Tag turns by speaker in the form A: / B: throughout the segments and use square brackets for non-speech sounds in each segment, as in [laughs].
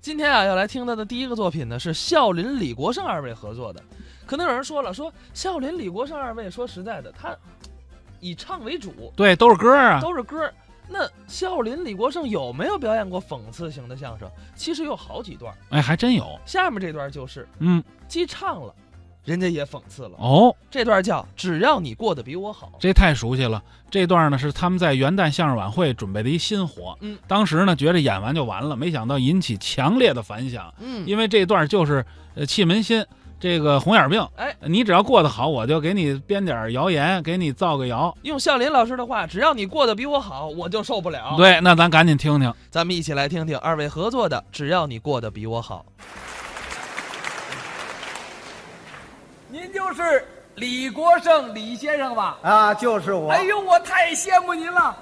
A: 今天啊，要来听他的第一个作品呢，是孝林、李国盛二位合作的。可能有人说了，说孝林、李国盛二位，说实在的，他以唱为主，
B: 对，都是歌啊，
A: 都是歌儿。那孝林、李国盛有没有表演过讽刺型的相声？其实有好几段，
B: 哎，还真有，
A: 下面这段就是
B: 嗯，
A: 既唱了，人家也讽刺了。
B: 哦，
A: 这段叫“只要你过得比我好
B: 这太熟悉了。这段呢是他们在元旦相声晚会准备的一新活，
A: 嗯，
B: 当时呢觉得演完就完了，没想到引起强烈的反响”。，
A: 嗯，
B: 因为这段就是呃气门心，这个红眼病，
A: 哎，
B: 你只要过得好，我就给你编点儿谣言，给你造个谣。
A: 用孝林老师的话，只要你过得比我好，我就受不了。，
B: 对，那咱赶紧听听。
A: 咱们一起来听听二位合作的“只要你过得比我好
C: 您就是李国盛李先生吧？
D: 啊，就是我。
C: 哎，呦，我太羡慕您了！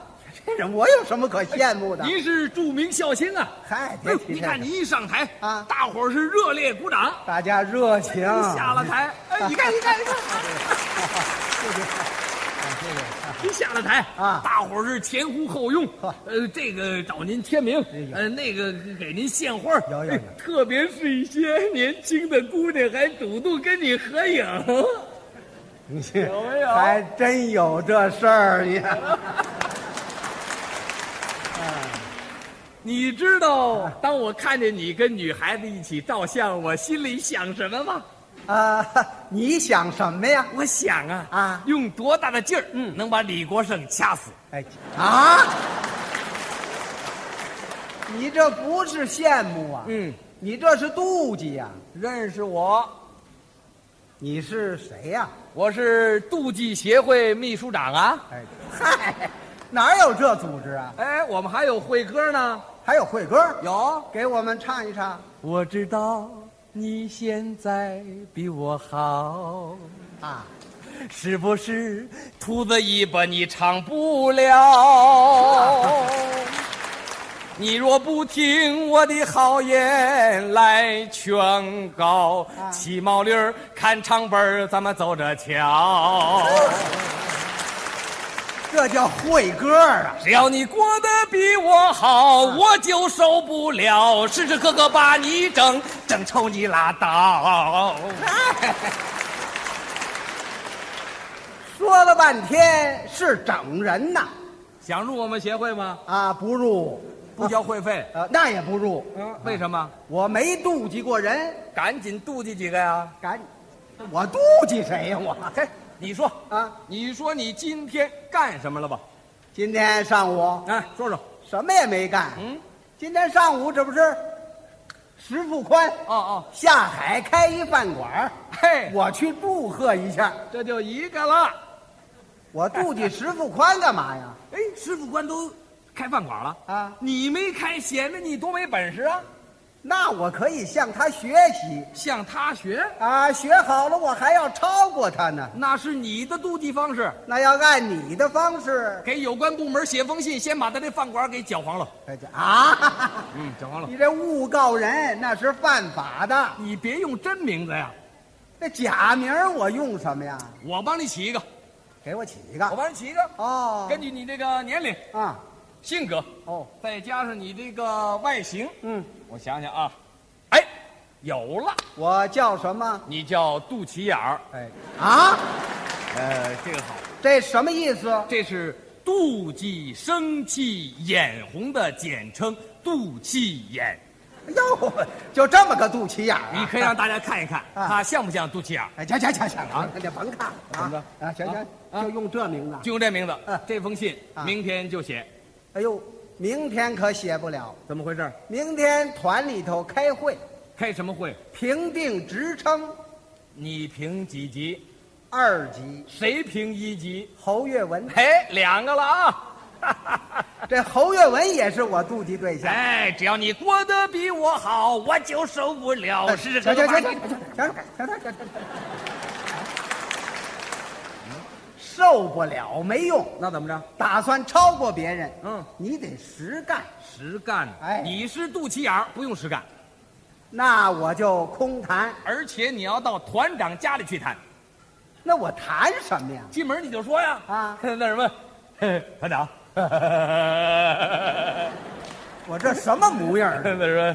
D: 这人我有什么可羡慕的？
C: 您是著名笑星啊！
D: 嗨，
C: 哎
D: 别
C: 呦，
D: 提
C: 你
D: 这
C: 看
D: 个
C: 您一上台
D: 啊
C: 大伙儿是热烈鼓掌。
D: 大家热情。
C: 下了
D: [laughs]
C: 台，哎，你看，你看，你看，您下了台
D: 啊
C: 大伙儿是前呼后拥，呃，这个找您签名
D: 哎呀，
C: 呃，那个给您献花儿，
D: 有有有
C: 特别是一些年轻的姑娘还主动跟你合影。
D: 你
C: 有没有
D: 还真有这事儿你。
C: 你知道，当我看见你跟女孩子一起照相，我心里想什么吗？
D: 啊，你想什么呀？
C: 我想啊
D: 啊
C: 用多大的劲儿，嗯，能把李国盛掐死？
D: 哎，啊，你这不是羡慕啊，
C: 嗯，
D: 你这是妒忌呀、
C: 认识我，
D: 你是谁呀、
C: 我是妒忌协会秘书长啊。
D: 哎，嗨，哪有这组织啊？
C: 哎，我们还有会歌呢，
D: 还有会歌，
C: 有。
D: 给我们唱一唱
C: 我知道你现在比我好，
D: 啊。
C: 是不是？兔子尾巴你唱不了。你若不听我的好言来劝告，骑毛驴儿看唱本儿，咱们走着瞧。
D: 这叫会歌啊！
C: 只要你过得比我好，我就受不了，时时刻刻把你整，整臭你拉 [laughs] 倒。
D: 说了半天是整人呐，
C: 想入我们协会吗？
D: 啊，不入，
C: 不交会费。
D: 呃，那也不入，
C: 嗯，为什么？
D: 我没妒忌过人，
C: 赶紧妒忌几个呀！
D: 赶，我妒忌谁呀、我嘿
C: 你说，
D: 啊，
C: 你说你今天干什么了吧？
D: 今天上午
C: 哎，说说。
D: 什么也没干，
C: 嗯，
D: 今天上午这不是，石富宽
C: 哦哦，哎
D: 下海开一饭馆儿，
C: 嘿，
D: 我去祝贺一下。
C: 这就一个了。
D: 我妒忌石富宽干
C: [laughs]
D: 嘛呀？
C: 哎，师傅官都开饭馆了
D: 啊
C: 你没开，显得你多没本事啊！
D: 那我可以向他学习
C: 向他学，
D: 啊，学好了我还要超过他呢。
C: 那是你的妒忌方式。
D: 那要按你的方式，
C: 给有关部门写封信，先把他这饭馆给搅黄了。
D: 哎这啊。
C: 嗯，搅黄了。
D: 你这诬告人那是犯法的，
C: 你别用真名字呀，
D: 那假名儿我用什么呀？
C: 我帮你起一个，
D: 给我起一
C: 我
D: 个
C: 帮你起一个。
D: 哦，
C: 根据你这个年龄、
D: 啊
C: 性格，
D: 哦，
C: 再加上你这个外形，
D: 嗯，
C: 我想想啊，哎，有了，
D: 我叫什么？
C: 你叫肚脐眼儿。
D: 哎啊，
C: 呃，这个好，
D: 这什么意思？哎
C: 这是妒忌、生气、眼红的简称，肚脐眼。
D: 哟， [laughs] 就这么个肚脐眼儿啊、
C: 你可以让大家看一看，
D: 啊
C: 他像不像肚脐眼儿？
D: 哎，行行行行啊，那就甭看了
C: 怎么
D: 啊
C: 着
D: 啊，行行，
C: 啊
D: 就用这名字。
C: 就用这名字
D: 嗯，
C: 这封信
D: 啊
C: 明天就写。
D: 哎呦，明天可写不了，
C: 怎么回事？
D: 明天团里头开会
C: 开什么会？
D: 评定职称
C: 你评几级？
D: 二级
C: 谁评一级？
D: 侯月文，
C: 哎，两个了啊！
D: [laughs] 这侯月文也是我妒忌对
C: [laughs]
D: 象。
C: 哎，只要你过得比我好，我就受不了。
D: 行
C: 是
D: 行
C: 这
D: 行
C: 个
D: 行
C: 吧
D: 行行行行行，受不了没用，
C: 那怎么着？
D: 打算超过别人，
C: 嗯，
D: 你得实干，
C: 实干。
D: 哎
C: 你是肚脐眼儿，不用实干，
D: 那我就空谈，
C: 而且你要到团长家里去谈。
D: 那我谈什么呀？
C: 进门你就说呀，
D: 啊
C: [laughs] 那什么，嘿团长， [laughs]
D: 我这什么模样儿？啊
C: [laughs] 那什么，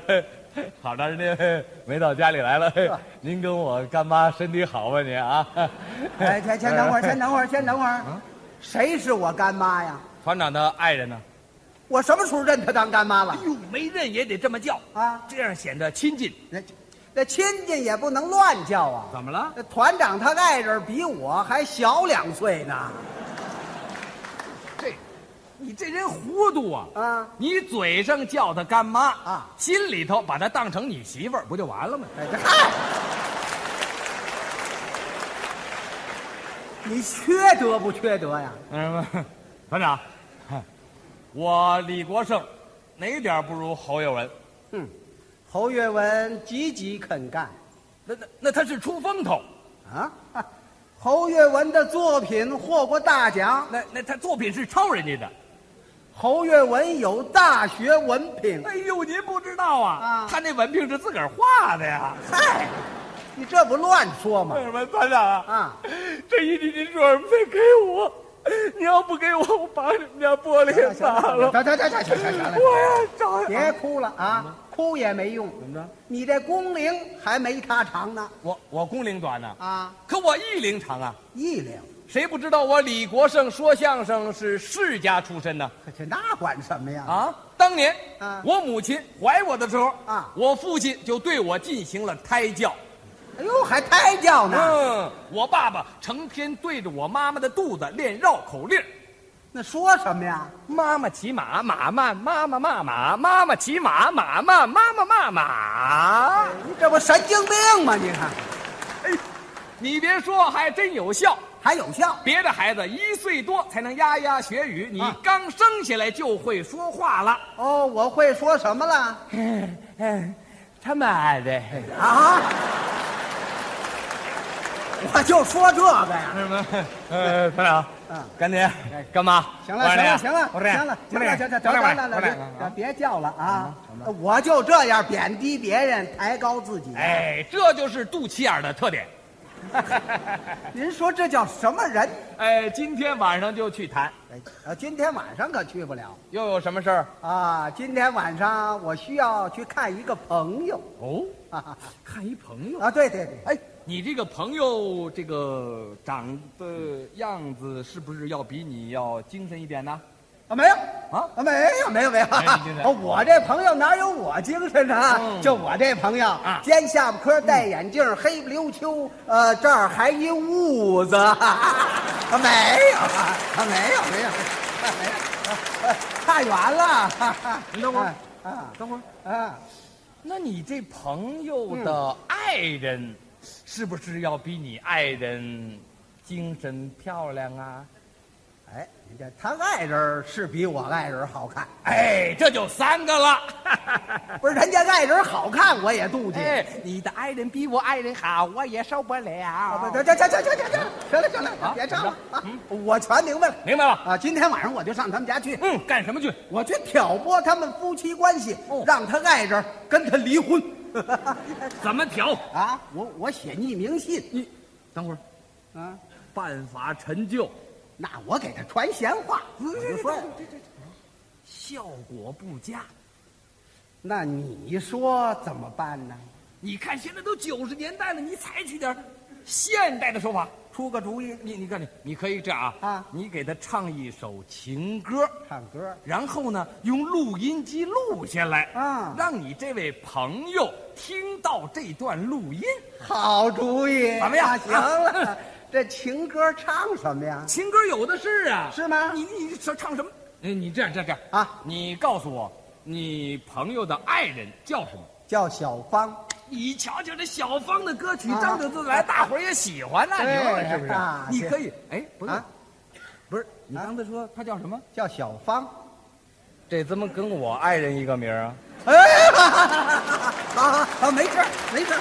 E: 好长时间
C: [laughs]
E: 嘿没到家里来了，嘿您跟我干妈身体好吧您啊？
C: [laughs]
D: 哎，先先等会儿，先等会儿，先等会
C: 嗯
D: 儿。谁是我干妈呀？
C: 团长的爱人呢？
D: 我什么时候认她当干妈了？
C: 哟，没认也得这么叫
D: 啊
C: 这样显得亲近。
D: 那那亲戚也不能乱叫啊。
C: 怎么了？
D: 那团长他爱人比我还小两岁呢。
C: 这，你这人糊涂啊！
D: 啊，
C: 你嘴上叫她干妈
D: 啊
C: 心里头把她当成你媳妇儿，不就完了吗？
D: 哎，这嗨，你缺德不缺德呀？
C: 嗯， [laughs] 团长， [laughs] 我李国盛哪点儿不如侯耀文？
D: 侯月文积极肯干
C: 那那那他是出风头，
D: 啊！侯月文的作品获过大奖，
C: 那那他作品是抄人家的。
D: 侯月文有大学文凭。
C: 哎呦，您不知道啊，
D: 啊
C: 他那文凭是自个儿画的 [laughs] 呀。
D: 嗨，你这不乱说吗
E: 为？什么团长啊？
D: 啊，
E: 这一斤金砖得给我，你要不给我，我把你们家玻璃
D: 行
E: 给砸了。
D: 行行行行行行了，
E: 我要找
D: 别哭了啊，哭也没用。怎么着？你这工龄还没他长呢
C: 我我工龄短呢、
D: 啊，
C: 可我艺龄长啊。
D: 一龄。
C: 谁不知道我李国盛说相声是世家出身呢？
D: 可这那管什么呀？
C: 啊，当年、
D: 啊
C: 我母亲怀我的时候
D: 啊
C: 我父亲就对我进行了胎教。
D: 哎呦，还胎教呢？
C: 嗯，我爸爸成天对着我妈妈的肚子练绕口令儿。
D: 那说什么呀？
C: 妈妈骑马，马慢；妈妈骂马，妈妈骑马，马慢；妈妈骂马。
D: 你这不神经病吗？你看
C: 你别说，还真有效。
D: 还有效，
C: 别的孩子一岁多才能牙牙学语，你
D: 啊
C: 刚生下来就会说话了。
D: 哦，我会说什么了？
C: 嗯，他妈的！
D: 啊？我就说这个呀。
E: 呃，团长
D: 嗯，
E: 干爹，干妈，
D: 行
E: 我
D: 了，
E: 让
D: 行
E: 你
D: 了，
E: 啊
D: 行了，
E: 我
D: 行
E: 让
D: 了，
E: 你
D: 行了，
E: 我
D: 行
E: 让
D: 了，
E: 你我
D: 行了，得
E: 让
D: 了，
E: 你我
D: 得了，
E: 嗯让你
D: 别别叫了啊！我就这样贬低别人，抬高自己。
C: 哎，这就是肚脐眼儿的特点。
D: 您说这叫什么人？
C: 哎，今天晚上就去谈。
D: 哎，呃今天晚上可去不了
C: 又有什么事儿？
D: 啊！今天晚上我需要去看一个朋友
C: 哦，
D: 啊
C: 看一朋友。
D: 啊！对对对，
C: 哎，你这个朋友这个长的样子，是不是要比你要精神一点呢？
D: 啊，没有
C: 啊
D: 没有没有没有啊
E: 哎你这是，
D: 我这朋友哪有我精神啊？
C: 嗯
D: 就我这朋友啊，尖下巴颏，戴眼镜，黑不溜秋，呃，这儿还一痦子，啊，没有啊，啊没有没有，没有啊差远了。
C: 你等会儿
D: 啊啊
C: 等会儿，
D: 啊！
C: 那你这朋友
D: 嗯
C: 的爱人，是不是要比你爱人精神漂亮啊？
D: 哎，你这他爱人儿是比我爱人儿好看，
C: 哎，这就三个了。
D: 不是人家爱人儿好看，我也妒忌。
C: [laughs] 哎，你的爱人比我爱人好，我也受不
D: 啊
C: 了
D: 不。这这这这这这这，行了行了，
C: 啊
D: 别唱了
C: 怎么
D: 啊！我全明白了
C: 明白了。
D: 啊！今天晚上我就上他们家去。
C: 嗯，干什么去？
D: 我去挑拨他们夫妻关系，
C: 哦
D: 让他爱人跟他离婚。 [laughs]
C: 怎么调？
D: 啊，我我写匿名信，
C: 你等会儿，嗯
D: 啊，
C: 办法陈旧，
D: 那我给他传闲话，我就说，
C: 效果不佳。
D: 那你说怎么办呢？
C: 你看现在都九十年代了，你采取点现代的说法。
D: 出个主意，
C: 你你看你，你可以这样啊
D: 啊
C: 你给他唱一首情歌，
D: 唱歌，
C: 然后呢，用录音机录下来
D: 啊
C: 让你这位朋友听到这段录音。
D: 好主意，
C: 怎么样
D: 啊行了，这情歌唱什么呀？
C: 情歌有的是啊，
D: 是吗
C: 你你唱唱什么？哎，你这样这样这样
D: 啊，
C: 你告诉我，你朋友的爱人叫什么？
D: 叫小芳，
C: 你瞧瞧这小芳的歌曲
D: 啊
C: 张着自来，大伙儿也喜欢呐，
D: 对
C: 你说是不是
D: 啊？
C: 你
D: 是
C: 可以，哎，不是
D: 啊，
C: 不是，你
D: 啊
C: 刚才说他叫什么？
D: 叫小芳。
C: 这怎么跟我爱人一个名啊？
D: 哎，哈哈哈哈好好好，没事儿没事儿，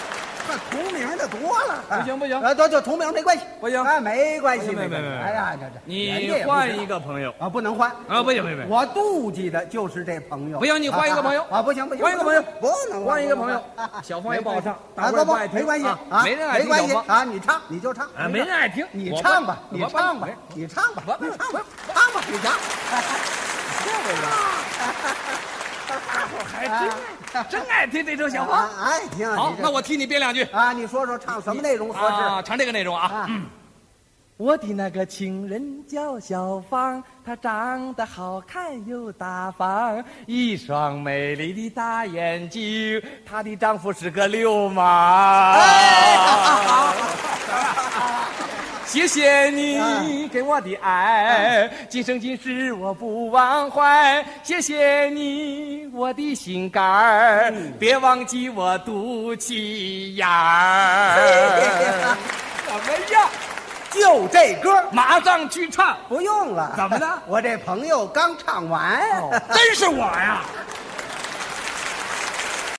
D: 那同名的多了，
C: 不行不行
D: 啊，都就同名没关系，
C: 不行
D: 哎，没关系，
C: 不行
D: 没关系
C: 没没没
D: 哎呀，这这人
C: 你
D: 家也不
C: 换
D: 知道
C: 一个朋友
D: 啊，不能换，
C: 啊？不行不行不行，
D: 我妒忌的就是这朋友，
C: 不行你换一个朋友
D: 啊啊啊，不行不行，
C: 换一个朋友
D: 不能
C: 换一个朋友
D: 不能换啊
C: 小芳也不好唱
D: 啊，
C: 大伙儿也
D: 不
C: 不爱听
D: 不没关系
C: 啊
D: 啊，
C: 没人爱听
D: 关系
C: 小芳
D: 啊，你唱你就唱
C: 啊，没人爱听，
D: 你
C: 我
D: 唱吧，
C: 我
D: 你唱吧
C: 我，
D: 你唱吧，
C: 我
D: 你唱吧，
C: 我
D: 唱吧，你唱。
C: 这个人，大伙儿还真爱听。真爱听这种小
D: 啊
C: 话。，
D: 哎，挺好。
C: 好
D: 你，这
C: 那我啊替你编两句
D: 啊，你说说唱什么内容合适？
C: 啊，唱这个内容啊。
D: 啊，
F: 我的那个情人叫小芳，她长得好看又大方，
C: 一双美丽的大眼睛，她的丈夫是个流氓。哎谢谢你给我的爱，今生今世我不忘怀。谢谢你，我的心肝儿，别忘记我肚脐眼
D: 哎
C: 儿。怎么样？
D: 就这歌儿
C: 马上去唱，
D: 不用了。
C: 怎么了
D: 我这朋友刚唱完，
C: 真是我呀！